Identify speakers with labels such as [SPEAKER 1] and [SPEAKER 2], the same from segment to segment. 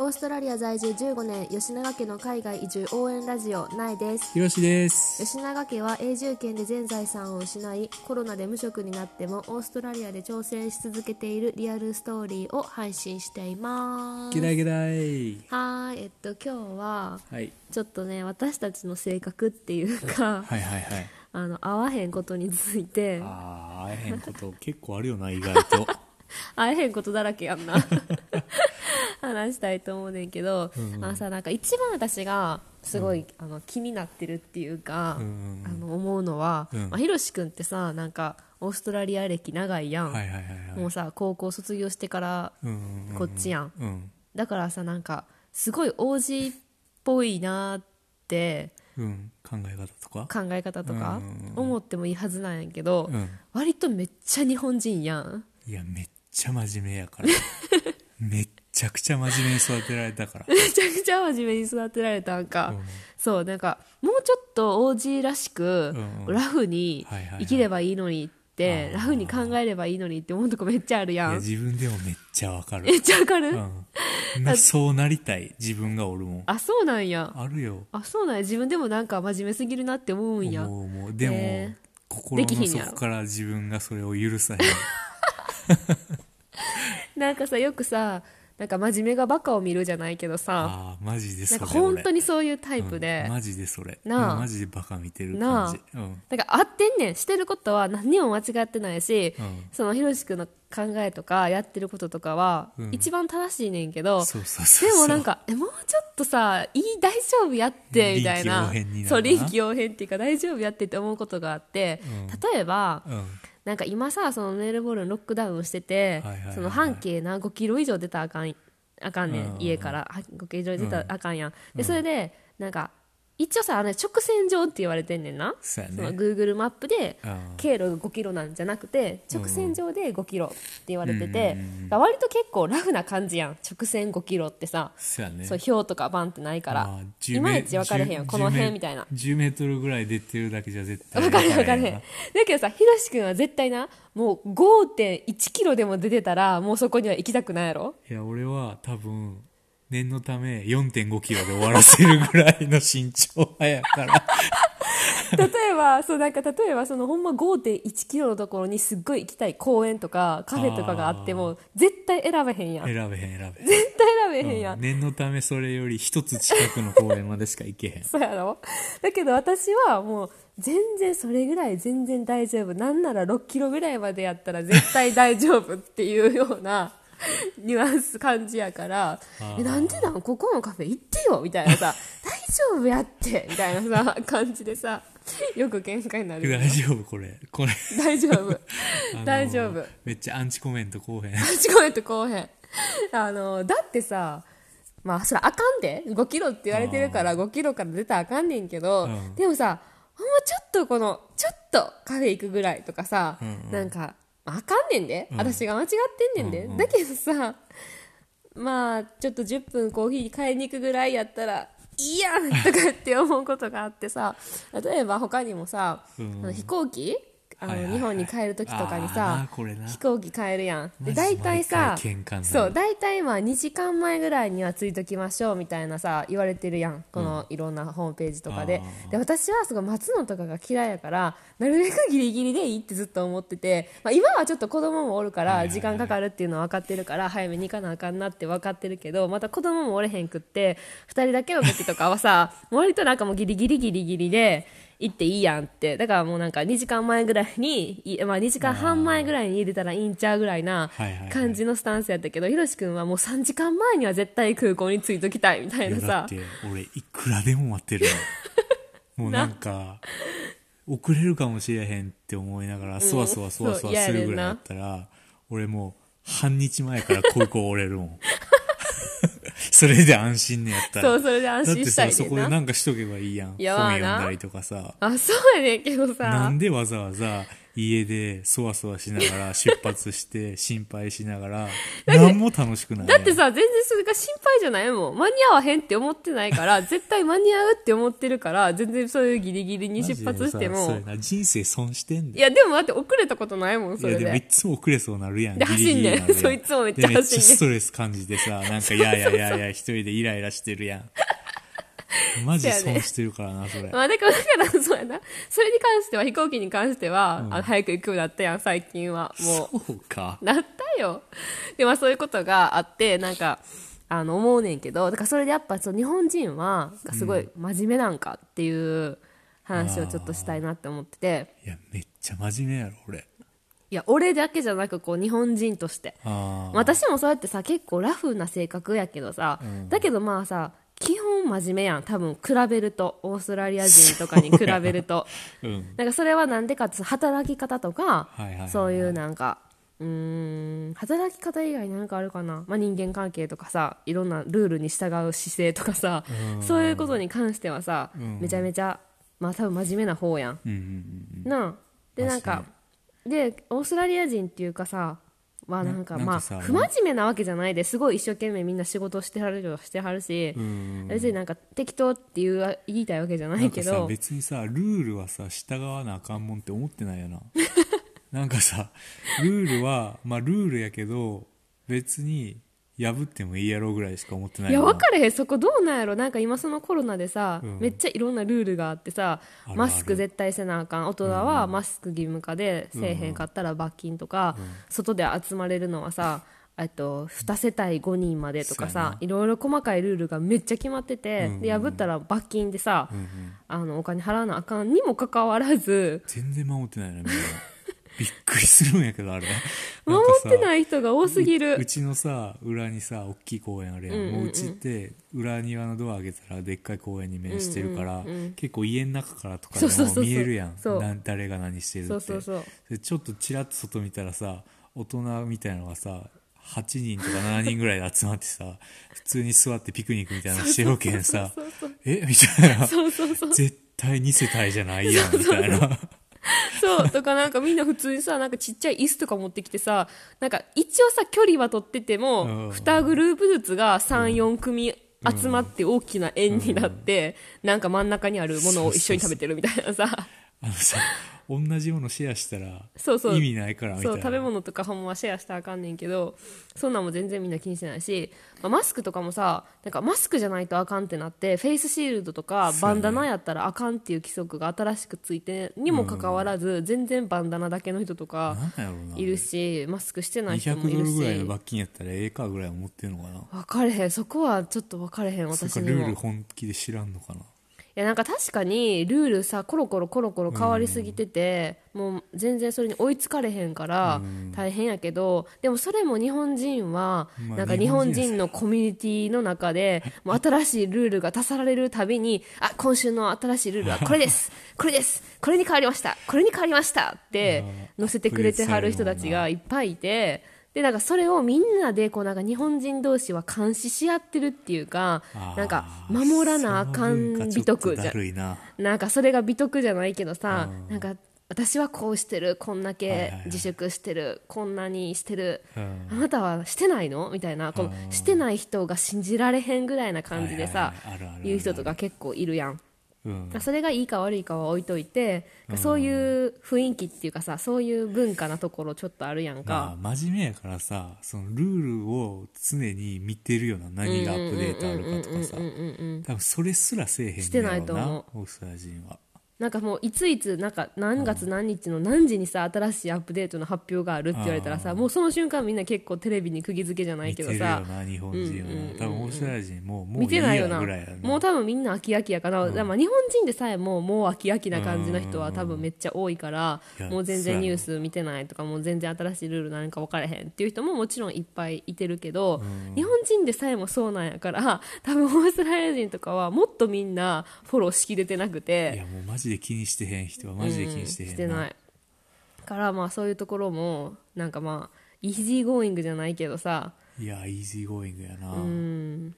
[SPEAKER 1] オーストラリア在住15年吉永家の海外移住応援ラジオ苗です
[SPEAKER 2] ひろしです。
[SPEAKER 1] 吉永家は永住権で全財産を失いコロナで無職になってもオーストラリアで挑戦し続けているリアルストーリーを配信しています
[SPEAKER 2] ゲラゲラい。
[SPEAKER 1] はーいえっと今日は
[SPEAKER 2] はい。
[SPEAKER 1] ちょっとね私たちの性格っていうか、
[SPEAKER 2] はいはいはい。
[SPEAKER 1] あの合わへんことについて
[SPEAKER 2] ああ、会えへんこと結構あるよな、意外 と。
[SPEAKER 1] 会えへんことだらけやんな話したいと思うねんけど、あのさなんか一番私がすごい、あの気になってるっていうか、
[SPEAKER 2] ん
[SPEAKER 1] あの思うのは、
[SPEAKER 2] うん
[SPEAKER 1] まあ、ひろし君ってさなんかオーストラリア歴長いやん、
[SPEAKER 2] はいはいはい
[SPEAKER 1] も
[SPEAKER 2] は
[SPEAKER 1] うさ高校卒業してから
[SPEAKER 2] い。うん
[SPEAKER 1] こっちやん、
[SPEAKER 2] うん。うん。
[SPEAKER 1] だからさなんかすごい王子っぽいなって
[SPEAKER 2] うん。考え方とか
[SPEAKER 1] 考え方とか
[SPEAKER 2] うんうん
[SPEAKER 1] 思ってもいいはずなんやけど、
[SPEAKER 2] うん。
[SPEAKER 1] 割とめっちゃ日本人やん
[SPEAKER 2] いや、めっちゃ真面目 やから。めっちゃくちゃ真面目に育てられたから。
[SPEAKER 1] めちゃくちゃ真面目に育てられたんか、
[SPEAKER 2] うん
[SPEAKER 1] そうなんかもうちょっと王子らしく、
[SPEAKER 2] うんうん
[SPEAKER 1] ラフに
[SPEAKER 2] はいはいはい
[SPEAKER 1] 生きればいいのにって、
[SPEAKER 2] あー
[SPEAKER 1] ラフに考えればいいのにって思うとこめっちゃある
[SPEAKER 2] い
[SPEAKER 1] や
[SPEAKER 2] や、
[SPEAKER 1] ん
[SPEAKER 2] 自分でもめっちゃわかる
[SPEAKER 1] め。っちゃわかる、
[SPEAKER 2] うん。なそうなりたい自分がおるもん。
[SPEAKER 1] あそうなんや
[SPEAKER 2] あるよ。
[SPEAKER 1] あそうなんや自分でもなんか真面目すぎるなって思うんや
[SPEAKER 2] 思う思う。でも、
[SPEAKER 1] へー
[SPEAKER 2] 心
[SPEAKER 1] できひ
[SPEAKER 2] の
[SPEAKER 1] んやろ
[SPEAKER 2] 底から自分がそれを許さへん。
[SPEAKER 1] なんかさよくさなんか真面目がバカを見るじゃないけどさ
[SPEAKER 2] ああマジで
[SPEAKER 1] な
[SPEAKER 2] そ
[SPEAKER 1] んか
[SPEAKER 2] れ
[SPEAKER 1] 本当
[SPEAKER 2] に
[SPEAKER 1] にそういうタイプで、
[SPEAKER 2] マジでそれ
[SPEAKER 1] なあ
[SPEAKER 2] うんマジでバカ見てる感じうん
[SPEAKER 1] なんか合ってんねんしてることは何にも間違ってないし、
[SPEAKER 2] うん
[SPEAKER 1] そのひろしくんの考えとかやってることとかは
[SPEAKER 2] うん
[SPEAKER 1] 一番正しいねんけど、
[SPEAKER 2] そうそうそう
[SPEAKER 1] で
[SPEAKER 2] そ
[SPEAKER 1] も
[SPEAKER 2] う
[SPEAKER 1] なんかえもうちょっとさいい大丈夫やってみたいな
[SPEAKER 2] 臨機応変になるな
[SPEAKER 1] そう臨機応変っていうか大丈夫やってって思うことがあって、
[SPEAKER 2] う
[SPEAKER 1] 例えば
[SPEAKER 2] うん
[SPEAKER 1] なんか今さそのメルボルンロックダウンしてて、
[SPEAKER 2] はいはいはい
[SPEAKER 1] その半径な5キロ以上出たらあかんあかんねん、
[SPEAKER 2] うん
[SPEAKER 1] 家からは5キロ以上出たらあかんやん、でそれでなんか一応さあの直線上って言われてんねんな
[SPEAKER 2] そうや
[SPEAKER 1] その
[SPEAKER 2] ね
[SPEAKER 1] Google マップで
[SPEAKER 2] うん
[SPEAKER 1] 経路が5キロなんじゃなくて直線上で5キロって言われてて
[SPEAKER 2] うんうんうん
[SPEAKER 1] 割と結構ラフな感じやん直線5キロってさ
[SPEAKER 2] そうやね
[SPEAKER 1] そう表とかバンってないから
[SPEAKER 2] ああ10
[SPEAKER 1] いまいち分かれへん
[SPEAKER 2] 10
[SPEAKER 1] よこの辺み たいな
[SPEAKER 2] 10メートルぐらい出てるだけじゃ絶対
[SPEAKER 1] 分かる分かれへん
[SPEAKER 2] へん
[SPEAKER 1] だけどさひろし君は絶対なもう5.1キロでも出てたらもうそこには行きたくないや ろ
[SPEAKER 2] いや俺は多分念のため4.5キロで終わらせるぐらいの身長派やから
[SPEAKER 1] 例えばそうなんか例えばそのほんま5.1キロのところにすっごい行きたい公園とかカフェとかがあっても絶対選べへんやん絶
[SPEAKER 2] 選べへん選べへん
[SPEAKER 1] 対選べへんやん
[SPEAKER 2] うん念のためそれより一つ近くの公園までしか行けへ ん
[SPEAKER 1] そうやろだけど私はもう全然それぐらい全然大丈夫なんなら6キロぐらいまでやったら絶対大丈夫っていうような ニュアンス感じやから
[SPEAKER 2] あ
[SPEAKER 1] えなんでなんここのカフェ行ってよみたいなさ大丈夫やってみたいなさ感じでさよく喧嘩になる よ
[SPEAKER 2] 大丈夫これこれ
[SPEAKER 1] 大丈夫
[SPEAKER 2] あのー
[SPEAKER 1] 大丈夫
[SPEAKER 2] めっちゃアンチコメントこうへん
[SPEAKER 1] 立ち込めてこうへんあのだってさまあそれあかんで5キロって言われてるから5キロから出たらあかんねんけど、
[SPEAKER 2] うん
[SPEAKER 1] でもさほんまちょっとこのちょっとカフェ行くぐらいとかさ、
[SPEAKER 2] んうん
[SPEAKER 1] なんかまああかんねんで、私が間違ってんねんで、
[SPEAKER 2] うんうん
[SPEAKER 1] だけどさまあちょっと10分コーヒー買いに行くぐらいやったらいいやんとかって思うことがあってさ例えば他にもさ、
[SPEAKER 2] うん
[SPEAKER 1] あの飛行機あの、
[SPEAKER 2] はいはいはい
[SPEAKER 1] 日本に帰る時とかに
[SPEAKER 2] あーな
[SPEAKER 1] さ
[SPEAKER 2] これな
[SPEAKER 1] 飛行機帰るやんで
[SPEAKER 2] マ
[SPEAKER 1] 大
[SPEAKER 2] ジ
[SPEAKER 1] 体さ
[SPEAKER 2] 毎回喧嘩になる
[SPEAKER 1] そう大体まあ2時間前ぐらいにはついときましょうみたいなさ言われてるやんこのいろんなホームページとかで、
[SPEAKER 2] あー
[SPEAKER 1] で私はすごい待つのとかが嫌いやからなるべくギリギリでいいってずっと思ってて、まあ、今はちょっと子供もおるか
[SPEAKER 2] はいはい
[SPEAKER 1] ら
[SPEAKER 2] はい
[SPEAKER 1] 時間かかるっていうのは分かってるから早めに行かなあかんなって分かってるけどまた子供もおれへんくって2人だけの時とかはさ 割となんかもうギリギリギリギリで行っていいやんってだからもうなんか2時間前ぐらいに、いまあ、2時間半前ぐらいに入れたらいいんちゃうぐらいな
[SPEAKER 2] はいはいはい
[SPEAKER 1] 感じのスタンスやったけどひろし君はもう3時間前には絶対空港に着いときたいみたい
[SPEAKER 2] いや
[SPEAKER 1] な
[SPEAKER 2] だ
[SPEAKER 1] さ
[SPEAKER 2] って俺いくらでも待ってる のもうなんか遅れるかもしれへんって思いながらそわそわそわそ
[SPEAKER 1] そう
[SPEAKER 2] わ
[SPEAKER 1] 嫌
[SPEAKER 2] す
[SPEAKER 1] やねんな
[SPEAKER 2] るぐらいだったら俺もう半日前から恋子折れるもん それで安心ねやったら
[SPEAKER 1] そうそれで安心したい
[SPEAKER 2] だってさそ
[SPEAKER 1] ねん
[SPEAKER 2] こ
[SPEAKER 1] な
[SPEAKER 2] でなんかしとけばいいやん
[SPEAKER 1] いや
[SPEAKER 2] 本
[SPEAKER 1] まあな
[SPEAKER 2] 読んだりとかさ
[SPEAKER 1] あそうやねんけどさ
[SPEAKER 2] なんでわざわざ家でそわそわしな がら出発して心配しながら何も楽しくない
[SPEAKER 1] だって
[SPEAKER 2] やん
[SPEAKER 1] さ、全然それが心配じゃないもん。間に合わへんって思ってないから、絶対間に合うって思ってるから、全然そういうギリギリに
[SPEAKER 2] マジ
[SPEAKER 1] 出
[SPEAKER 2] で
[SPEAKER 1] 発して
[SPEAKER 2] さそう
[SPEAKER 1] も
[SPEAKER 2] や。な人生損してん
[SPEAKER 1] い
[SPEAKER 2] で
[SPEAKER 1] や、でもだって遅れたことないもん、
[SPEAKER 2] い
[SPEAKER 1] そ
[SPEAKER 2] や
[SPEAKER 1] れ
[SPEAKER 2] でもい
[SPEAKER 1] で。
[SPEAKER 2] つも遅れそうなるやん
[SPEAKER 1] で
[SPEAKER 2] ギリギリなるやん
[SPEAKER 1] 走んねんそういつもめっちゃ
[SPEAKER 2] で
[SPEAKER 1] 走んねん
[SPEAKER 2] ストレス感じてさなんかいやい やいやいや一人でイライラしてるやんマジ損してるからな それ
[SPEAKER 1] まあ、だから、だから、そうやな。それに関しては、飛行機に関しては、あの早く行くようになったやん、最近は。もう。
[SPEAKER 2] そうか
[SPEAKER 1] なったよ。で、まあそういうことがあって、なんか、あの、思うねんけど、だからそれでやっぱそう日本人は、すごい真面目なんかっていう話をちょっとしたいなって思ってて、
[SPEAKER 2] いやめっちゃ真面目やろ俺
[SPEAKER 1] いや、俺だけじゃなく、こう、日本人として。
[SPEAKER 2] ああ
[SPEAKER 1] 私もそうやってさ、結構ラフな性格やけどさ、だけどまあさ、基本真面目やん。多分、比べると。オーストラリア人とかに比べると。
[SPEAKER 2] うん
[SPEAKER 1] なんかそれはなんでかって働き方とか、
[SPEAKER 2] はいはいはいはい
[SPEAKER 1] そういうなんかうーん働き方以外に何かあるかな、まあ、人間関係とかさいろんなルールに従う姿勢とかさそういうことに関してはさめちゃめちゃまあ多分真面目な方やん。
[SPEAKER 2] うんうんうん
[SPEAKER 1] なあでなんかでオーストラリア人っていうかさはなんか
[SPEAKER 2] な
[SPEAKER 1] ま
[SPEAKER 2] な
[SPEAKER 1] あ
[SPEAKER 2] んかさ
[SPEAKER 1] 不真面目なわけじゃないですごい一生懸命みんな仕事してはるよしてはるし別になんか適当っていうは言いたいわけじゃな
[SPEAKER 2] なん
[SPEAKER 1] い
[SPEAKER 2] か
[SPEAKER 1] け
[SPEAKER 2] さ
[SPEAKER 1] ど
[SPEAKER 2] 別にさルールはさ従わなあかんもんって思ってな いよななんかさルールはまあルールやけど別に破ってもいいやろうぐらいしか思ってない
[SPEAKER 1] いや
[SPEAKER 2] よな
[SPEAKER 1] 分かれへんそこどうなんやろなんか今そのコロナでさ、
[SPEAKER 2] ん
[SPEAKER 1] めっちゃいろんなルールがあってさ
[SPEAKER 2] ある
[SPEAKER 1] マスク絶対せなあかん大人はマスク義務化でせえへんかったら罰金とか、外で集まれるのはさえっと2世帯5人までとか
[SPEAKER 2] そうや
[SPEAKER 1] さいろいろ細かいルールがめっちゃ決まってて、で破ったら罰金でさ、あのお金払わなあかんにもかかわらず
[SPEAKER 2] 全然守ってないなみんな びっくりするんやけどあれ
[SPEAKER 1] 守って
[SPEAKER 2] い
[SPEAKER 1] ない人が多すぎ
[SPEAKER 2] う
[SPEAKER 1] る
[SPEAKER 2] ちのさ裏にさ大きい公園あるやん,、うもううちって裏庭のドア開けたらでっかい公園に面してるから、結構家の中からとかで
[SPEAKER 1] そうそうそうそ
[SPEAKER 2] も
[SPEAKER 1] う
[SPEAKER 2] 見えるやん
[SPEAKER 1] そう
[SPEAKER 2] な誰が何してるって
[SPEAKER 1] そうそうそう
[SPEAKER 2] でちょっとちらっと外見たらさ大人みたいのがさ8人とか7人ぐらいで集まってさ 普通に座ってピクニックみたいなのしてるけんさえみたいな
[SPEAKER 1] そうそうそう
[SPEAKER 2] 絶対2世帯じゃないやんみたいな
[SPEAKER 1] そう、とかなんかみんな普通にさ、なんかちっちゃい椅子とか持ってきてさ、なんか一応さ、距離は取ってて
[SPEAKER 2] うん
[SPEAKER 1] も、2グループずつが3、4組集まって大きな円になって、なんか真ん中にあるものを一緒に食べてるみたいなさ、
[SPEAKER 2] あのさ 同じものシェアしたら
[SPEAKER 1] そうそう
[SPEAKER 2] 意味ないからみたい
[SPEAKER 1] そう、
[SPEAKER 2] な
[SPEAKER 1] 食べ物とかほんまはシェアしたらあかんねんけど、そんなんも全然みんな気にしてないし、まあマスクとかもさ、なんかマスクじゃないとあかんってなって、フェイスシールドとか
[SPEAKER 2] そう
[SPEAKER 1] バ
[SPEAKER 2] やね
[SPEAKER 1] ンダナやったらあかんっていう規則が新しくついて、にもかかわらず、全然バンダナだけの人とか、
[SPEAKER 2] なんなんやろうない
[SPEAKER 1] るしマスクしてない人もい
[SPEAKER 2] 200ド
[SPEAKER 1] る
[SPEAKER 2] ルぐらいの
[SPEAKER 1] し
[SPEAKER 2] 罰金やったらええかぐらい思ってるのかな
[SPEAKER 1] 分かれへんそこはちょっと分かれへん
[SPEAKER 2] そっ
[SPEAKER 1] 私
[SPEAKER 2] か
[SPEAKER 1] に
[SPEAKER 2] ルー
[SPEAKER 1] も
[SPEAKER 2] ル
[SPEAKER 1] い
[SPEAKER 2] 本気で知らんのかな
[SPEAKER 1] やなんか確かにルールさコロコロコロコロ変わりすぎてて、もう全然それに追いつかれへんから大変やけど、でもそれも日本人は
[SPEAKER 2] まあ
[SPEAKER 1] なんか
[SPEAKER 2] 日
[SPEAKER 1] 日
[SPEAKER 2] 本人
[SPEAKER 1] 本人のコミュニティの中でもう新しいルールが足されるたびにあ今週の新しいルールはこれです これですこれに変わりましたこれに変わりましたって載せてくれてはる人たちがいっぱいいてでなんかそれをみんなでこうなんか日本人同士は監視し合ってるっていうか
[SPEAKER 2] あー
[SPEAKER 1] なんか守らなあかん
[SPEAKER 2] その文化
[SPEAKER 1] 美徳
[SPEAKER 2] ちょっと
[SPEAKER 1] じ
[SPEAKER 2] だ
[SPEAKER 1] ゃ
[SPEAKER 2] るいな
[SPEAKER 1] なんかそれが美徳じゃないけどさなんか私はこうしてるこんだ
[SPEAKER 2] はいはい
[SPEAKER 1] け
[SPEAKER 2] はい
[SPEAKER 1] 自粛してるこんなにしてる
[SPEAKER 2] うん
[SPEAKER 1] あなたはしてないのみたいなこのしてない人が信じられへんぐらいな感じでさ
[SPEAKER 2] はいはいはいあるあるある
[SPEAKER 1] 言う人とか結構いるやん。
[SPEAKER 2] うん
[SPEAKER 1] それがいいか悪いかは置いといて、そういう雰囲気っていうかさそういう文化なところちょっとあるやんか、
[SPEAKER 2] まあ真面目やからさそのルールを常に見てるよな何がアップデートあるかとかさ多分それすらせえへんねやろう
[SPEAKER 1] してないと思
[SPEAKER 2] オーストラリア人は
[SPEAKER 1] なんかもういついつなんか何月何日の何時にさ新しいアップデートの発表があるって言われたらさもうその瞬間みんな結構テレビに釘付けじゃない
[SPEAKER 2] 見
[SPEAKER 1] け
[SPEAKER 2] て
[SPEAKER 1] ど
[SPEAKER 2] るよ
[SPEAKER 1] さ
[SPEAKER 2] な日本人はな多分オーストラリア人ももうい
[SPEAKER 1] 見
[SPEAKER 2] い
[SPEAKER 1] てないよ
[SPEAKER 2] や
[SPEAKER 1] な
[SPEAKER 2] ぐらいや
[SPEAKER 1] もう
[SPEAKER 2] な
[SPEAKER 1] 多分みんな飽き飽きやから、だからまあ日本人でさえもうもう飽き飽きな感じの人は多分めっちゃ多いから、
[SPEAKER 2] うんいや
[SPEAKER 1] もう全然
[SPEAKER 2] そう
[SPEAKER 1] ニ
[SPEAKER 2] や
[SPEAKER 1] ュ
[SPEAKER 2] ろ
[SPEAKER 1] ース見てないとかもう全然新しいルールなんか分からへんっていう人ももちろんいっぱいいてるけど、日本人でさえもそうなんやから多分オーストラリア人とかはもっとみんなフォローしきれてなくて。
[SPEAKER 2] いやもうマジで気にしてへん人はマジで気にしてへん
[SPEAKER 1] してないからまあそういうところもなんかまあイージーゴーイングじゃないけどさ
[SPEAKER 2] いやイージーゴーイングやな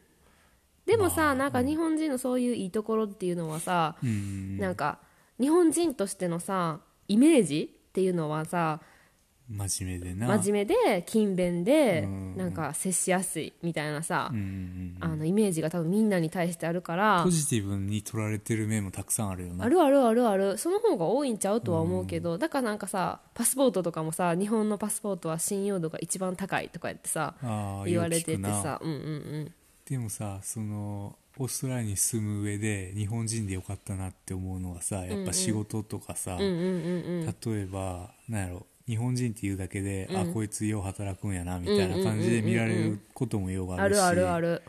[SPEAKER 1] でもさ、なんか日本人のそういういいところっていうのはさ、
[SPEAKER 2] うん
[SPEAKER 1] なんか日本人としてのさイメージっていうのはさ
[SPEAKER 2] 真面目でな
[SPEAKER 1] 真面目で勤勉
[SPEAKER 2] う
[SPEAKER 1] で
[SPEAKER 2] ん
[SPEAKER 1] なんか接しやすいみたいなさ、
[SPEAKER 2] うんうんうん
[SPEAKER 1] あのイメージが多分みんなに対してあるから
[SPEAKER 2] ポジティブに取られてる面もたくさんあるよな
[SPEAKER 1] あるあるあるあるその方が多いんちゃうとは思うけど、だからなんかさパスポートとかもさ日本のパスポートは信用度が一番高いとか言ってさ
[SPEAKER 2] あー
[SPEAKER 1] 言われて
[SPEAKER 2] よ
[SPEAKER 1] て
[SPEAKER 2] く聞くな
[SPEAKER 1] さうんうんうん
[SPEAKER 2] でもさそのオーストラリアに住む上で日本人でよかったなって思うのはさやっぱ仕事とかさ、
[SPEAKER 1] うんうんうん
[SPEAKER 2] 例えばなんやろ日本人っていうだけで、あこいつよう働くんやなみたいな感じで見られることもよう
[SPEAKER 1] うん
[SPEAKER 2] があ
[SPEAKER 1] あ
[SPEAKER 2] るし、
[SPEAKER 1] るあるある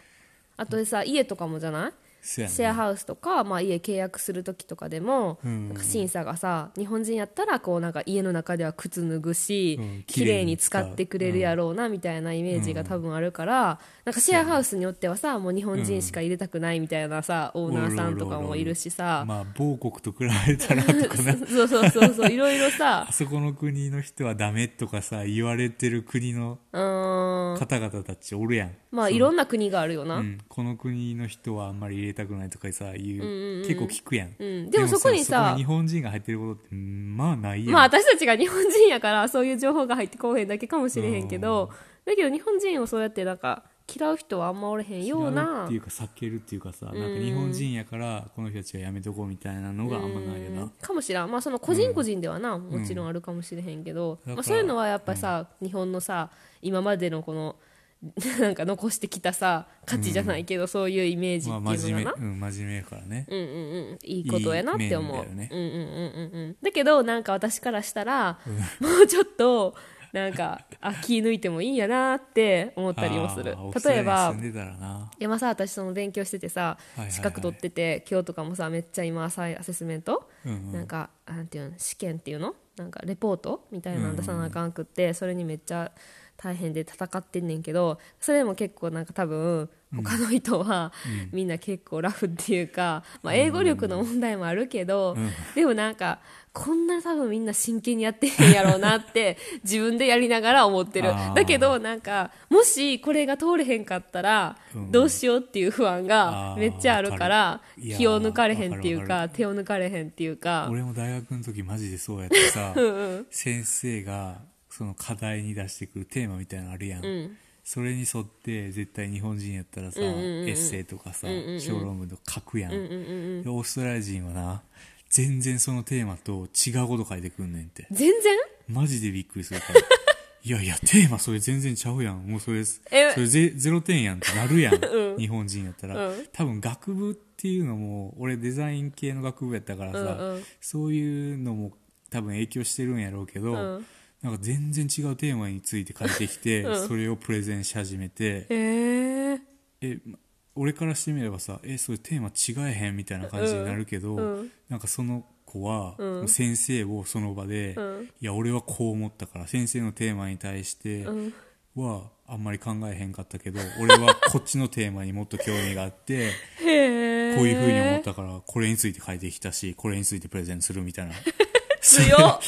[SPEAKER 1] あとでさ家とかもじゃない
[SPEAKER 2] そうやね
[SPEAKER 1] シェアハウスとか、まあ、家契約する時とかでも、
[SPEAKER 2] うん
[SPEAKER 1] なんか審査がさ日本人やったらこうなんか家の中では靴脱ぐし、
[SPEAKER 2] うん
[SPEAKER 1] 綺麗に使ってくれるやろうなみたいなイメージが多分あるから、なんかシェアハウスによってはさもう日本人しか入れたくないみたいなさ、オーナーさんとかもいるしさ、
[SPEAKER 2] まあ某国と比べたらとかな
[SPEAKER 1] そうそうそうそういろいろさ
[SPEAKER 2] あそこの国の人はダメとかさ言われてる国の
[SPEAKER 1] うーん
[SPEAKER 2] 方々たちおるやん、
[SPEAKER 1] まあいろんな国があるよな、
[SPEAKER 2] うん、この国の人はあんまり入れたくないとかさ言う,、結構聞くやん、
[SPEAKER 1] うんでもそこにさ
[SPEAKER 2] 日本人が入ってることってうんまあないやん、
[SPEAKER 1] まあ私たちが日本人やからそういう情報が入ってこうへんだけかもしれへんけど、だけど日本人をそうやってなんか嫌う人はあんまおれへんよう
[SPEAKER 2] 違
[SPEAKER 1] な
[SPEAKER 2] っていうか避けるっていうかさ、なんか日本人やからこの人たちはやめとこうみたいなのがあんまないよな、
[SPEAKER 1] かもしらんまあその個人個人ではな、もちろんあるかもしれへんけど、
[SPEAKER 2] だから
[SPEAKER 1] まあ、そういうのはやっぱさ、日本のさ今までのこの なんか残してきたさ価値じゃないけど、そういうイメージ
[SPEAKER 2] まあ
[SPEAKER 1] っていう
[SPEAKER 2] 真
[SPEAKER 1] の
[SPEAKER 2] 面
[SPEAKER 1] が
[SPEAKER 2] 目
[SPEAKER 1] な、
[SPEAKER 2] うん真面目やからね、
[SPEAKER 1] うんうんうん、いいことやなって思う
[SPEAKER 2] いい面だよね
[SPEAKER 1] うんうんうんうんうんだけどなんか私からしたら、もうちょっとなんかあ気抜いてもいいんやなって思ったりもする
[SPEAKER 2] あーオーストラ
[SPEAKER 1] 例
[SPEAKER 2] リア
[SPEAKER 1] えば
[SPEAKER 2] に住んでたらな
[SPEAKER 1] 山さ私その勉強しててさ
[SPEAKER 2] はいはいはい
[SPEAKER 1] 資格取ってて今日とかもさめっちゃ今朝アセスメント、
[SPEAKER 2] うんうん
[SPEAKER 1] なんかなんていうの試験っていうのなんかレポートみたいなの出さなあかんくって、それにめっちゃ大変で戦ってんねんけどそれでも結構なんか多分他の人は、みんな結構ラフっていうか、まあ、英語力の問題もあるけど、でもなんかこんな多分みんな真剣にやってへんやろうなって 自分でやりながら思ってる
[SPEAKER 2] あー
[SPEAKER 1] だけどなんかもしこれが通れへんかったらどうしようっていう不安が
[SPEAKER 2] あー
[SPEAKER 1] めっちゃあるから
[SPEAKER 2] わかるいやー
[SPEAKER 1] 気を抜かれへんっていう
[SPEAKER 2] わかる
[SPEAKER 1] か手を抜かれへんっていうか
[SPEAKER 2] 俺も大学の時マジで そうやってさ先生がその課題に出してくるテーマみたいなのあるやん、それに沿って絶対日本人やったらさ、エッセイとかさ、小論文とか書くやん,、でオーストラリア人はな全然そのテーマと違うこと書いてくんねんって
[SPEAKER 1] 全然
[SPEAKER 2] マジでびっくりするから いやいやテーマそれ全然ちゃうやんもうそれそ
[SPEAKER 1] え
[SPEAKER 2] れゼゼロ点やんってなるやん、 日本人やったら、多分学部っていうのも俺デザイン系の学部やったからさ、
[SPEAKER 1] うんうん
[SPEAKER 2] そういうのも多分影響してるんやろうけど、
[SPEAKER 1] ん
[SPEAKER 2] なんか全然違うテーマについて書いてき て、それをプレゼンし始めて
[SPEAKER 1] えー、
[SPEAKER 2] えま俺からしてみればさえそれテーマ違えへんみたいな感じになるけど、なんかその子は、もう先生をその場で、いや俺はこう思ったから先生のテーマに対してはあんまり考えへんかったけど、 俺はこっちのテーマにもっと興味があって
[SPEAKER 1] へえ
[SPEAKER 2] こういうふうに思ったからこれについて書いてきたしこれについてプレゼンするみた いな
[SPEAKER 1] 強っ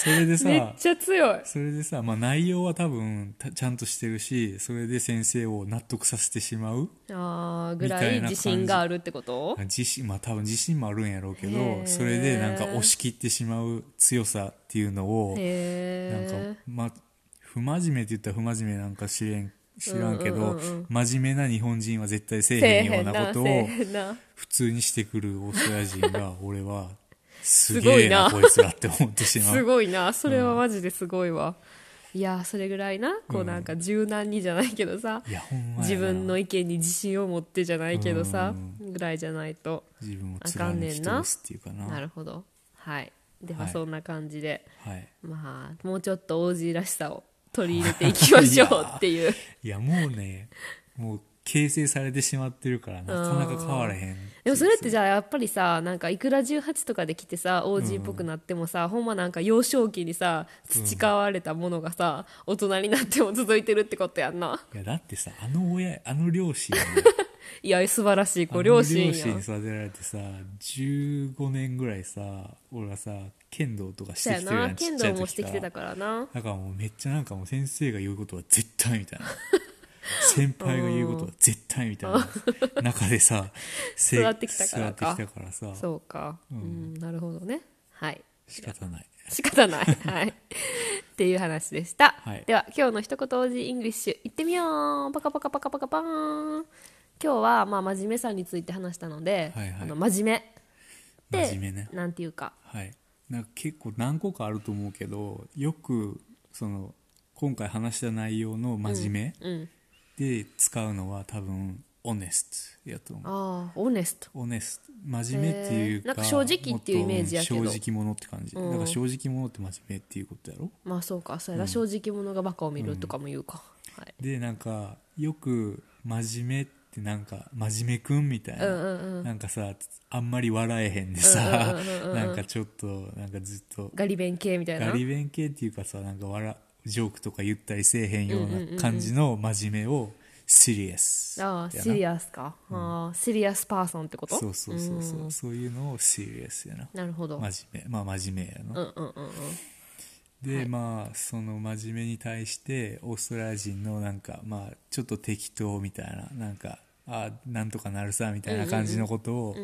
[SPEAKER 2] それでさ
[SPEAKER 1] めっちゃ強い
[SPEAKER 2] それでさ、まあ、内容は多分たちゃんとしてるしそれで先生を納得させてしまう
[SPEAKER 1] あーぐらい自信があるってこと
[SPEAKER 2] 自信まあ多分自信もあるんやろうけ
[SPEAKER 1] へ
[SPEAKER 2] ど
[SPEAKER 1] ー
[SPEAKER 2] それでなんか押し切ってしまう強さっていうのをなん
[SPEAKER 1] へえ
[SPEAKER 2] かまあ不真面目って言ったら不真面目なんか知れん知らんけど、真面目な日本人は絶対せえ
[SPEAKER 1] せえ
[SPEAKER 2] へんよ
[SPEAKER 1] へ
[SPEAKER 2] うんな
[SPEAKER 1] な
[SPEAKER 2] こ
[SPEAKER 1] せ
[SPEAKER 2] と
[SPEAKER 1] え
[SPEAKER 2] を
[SPEAKER 1] へんな
[SPEAKER 2] 普通にしてくるオーストラリア人 が俺はす
[SPEAKER 1] すご
[SPEAKER 2] げえ
[SPEAKER 1] い
[SPEAKER 2] な
[SPEAKER 1] な
[SPEAKER 2] こいつらって思ってしますう。
[SPEAKER 1] ごいなそれはマジですごいわ、いやーそれぐらいなこうなんか柔軟にじゃないけどさ、
[SPEAKER 2] いやほんまやな
[SPEAKER 1] 自分の意見に自信を持ってじゃないけどさ、ぐらいじゃないと
[SPEAKER 2] 自分を
[SPEAKER 1] あかん
[SPEAKER 2] 貫
[SPEAKER 1] ね
[SPEAKER 2] き
[SPEAKER 1] んな
[SPEAKER 2] 通すっていうかな
[SPEAKER 1] なるほどはいでは
[SPEAKER 2] はい
[SPEAKER 1] そんな感じで、
[SPEAKER 2] はい、
[SPEAKER 1] まあもうちょっと王子らしさを取り入れていきま しょうっていう
[SPEAKER 2] いやもうねもう形成されてしまってるからなかなか変わらへん
[SPEAKER 1] でもそれってじゃあやっぱりさなんかいくら18とかで来てさ王子っぽくなってもさ、ほんまなんか幼少期にさ培われたものがさ、大人になっても続いてるってことやんない
[SPEAKER 2] やだってさあの親あの両親
[SPEAKER 1] いや素晴らしい
[SPEAKER 2] あの
[SPEAKER 1] ご両親
[SPEAKER 2] 両
[SPEAKER 1] や
[SPEAKER 2] 親に育てられてさ15年ぐらいさ俺はさ剣道とかし
[SPEAKER 1] そうや
[SPEAKER 2] てきてる
[SPEAKER 1] な
[SPEAKER 2] や
[SPEAKER 1] ん
[SPEAKER 2] ちっ
[SPEAKER 1] 剣
[SPEAKER 2] ちゃい
[SPEAKER 1] 道
[SPEAKER 2] 時
[SPEAKER 1] もしてきて
[SPEAKER 2] か
[SPEAKER 1] た
[SPEAKER 2] ら
[SPEAKER 1] からな
[SPEAKER 2] だからもうめっちゃなんかもう先生が言うことは絶対 みたいな先輩が言うことは絶対みたいな中で さ
[SPEAKER 1] 育ってきたからか
[SPEAKER 2] 育ってきたからさ
[SPEAKER 1] そうか、うんなるほどねはい
[SPEAKER 2] 仕方ない
[SPEAKER 1] 仕方 ない。はい。っていう話でした。
[SPEAKER 2] はい
[SPEAKER 1] では、今日の一言おじイングリッシュ、いってみようパカパカパカパカパーン今日は、まあ、真面目さについて話したので、
[SPEAKER 2] はいはい
[SPEAKER 1] あの真面目って、
[SPEAKER 2] 真面目ね
[SPEAKER 1] なんていうか、
[SPEAKER 2] はい、なんか結構何個かあると思うけどよくその今回話した内容の真面
[SPEAKER 1] うん。
[SPEAKER 2] 目で使うのは多分「オネスト」やと思う。
[SPEAKER 1] ああ、オーネスト。
[SPEAKER 2] オネスト真面目っていう
[SPEAKER 1] へー
[SPEAKER 2] か,、
[SPEAKER 1] なんか正直っていうイメージやけど
[SPEAKER 2] もっと正直者って感じ、
[SPEAKER 1] ん
[SPEAKER 2] なんか正直者って真面目っていうことやろ
[SPEAKER 1] まあ、そうか、そうやな、正直者がバカを見るとかも言うか。はい。
[SPEAKER 2] でなんかよく真面目ってなんか真面目くんみたいな、なんかさあんまり笑えへんでさ、なんかちょっとなんかずっと
[SPEAKER 1] ガリ勉系みたいな。
[SPEAKER 2] ガリ弁系っていうかさなんか笑ジョークとか言ったりせえへんような感じの真面目をシリアス
[SPEAKER 1] ああ、
[SPEAKER 2] や
[SPEAKER 1] シ
[SPEAKER 2] な
[SPEAKER 1] リアスか。ああ、シリアスパーソンってこと
[SPEAKER 2] そうそうそうそう、そういうのをシリアスやな
[SPEAKER 1] なるほど。
[SPEAKER 2] 真面目まあ真面目や
[SPEAKER 1] う
[SPEAKER 2] な、
[SPEAKER 1] んうんうんうん。
[SPEAKER 2] で、まあその真面目に対してオーストラリア人のなんかまあちょっと適当みたいななんかあなんとかなるさみたいな感じのことを、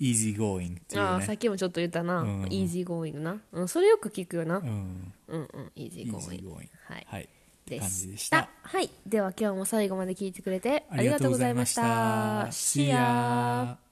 [SPEAKER 2] イージーゴーイングってい
[SPEAKER 1] あ
[SPEAKER 2] う
[SPEAKER 1] あ、
[SPEAKER 2] ね
[SPEAKER 1] さっきもちょっと言ったな。
[SPEAKER 2] うんうん
[SPEAKER 1] イージーゴーイングな。うん、それよく聞くよな。
[SPEAKER 2] うん
[SPEAKER 1] うんうん、イージ
[SPEAKER 2] イー
[SPEAKER 1] ーゴ
[SPEAKER 2] ジ
[SPEAKER 1] ーイン
[SPEAKER 2] ー
[SPEAKER 1] グ。
[SPEAKER 2] ゴーイング
[SPEAKER 1] はい
[SPEAKER 2] はい、って
[SPEAKER 1] で
[SPEAKER 2] 感じでし
[SPEAKER 1] したた。はい。では今日も最後まで聞いてくれてありがとうございました。
[SPEAKER 2] ありがとうございました
[SPEAKER 1] See ya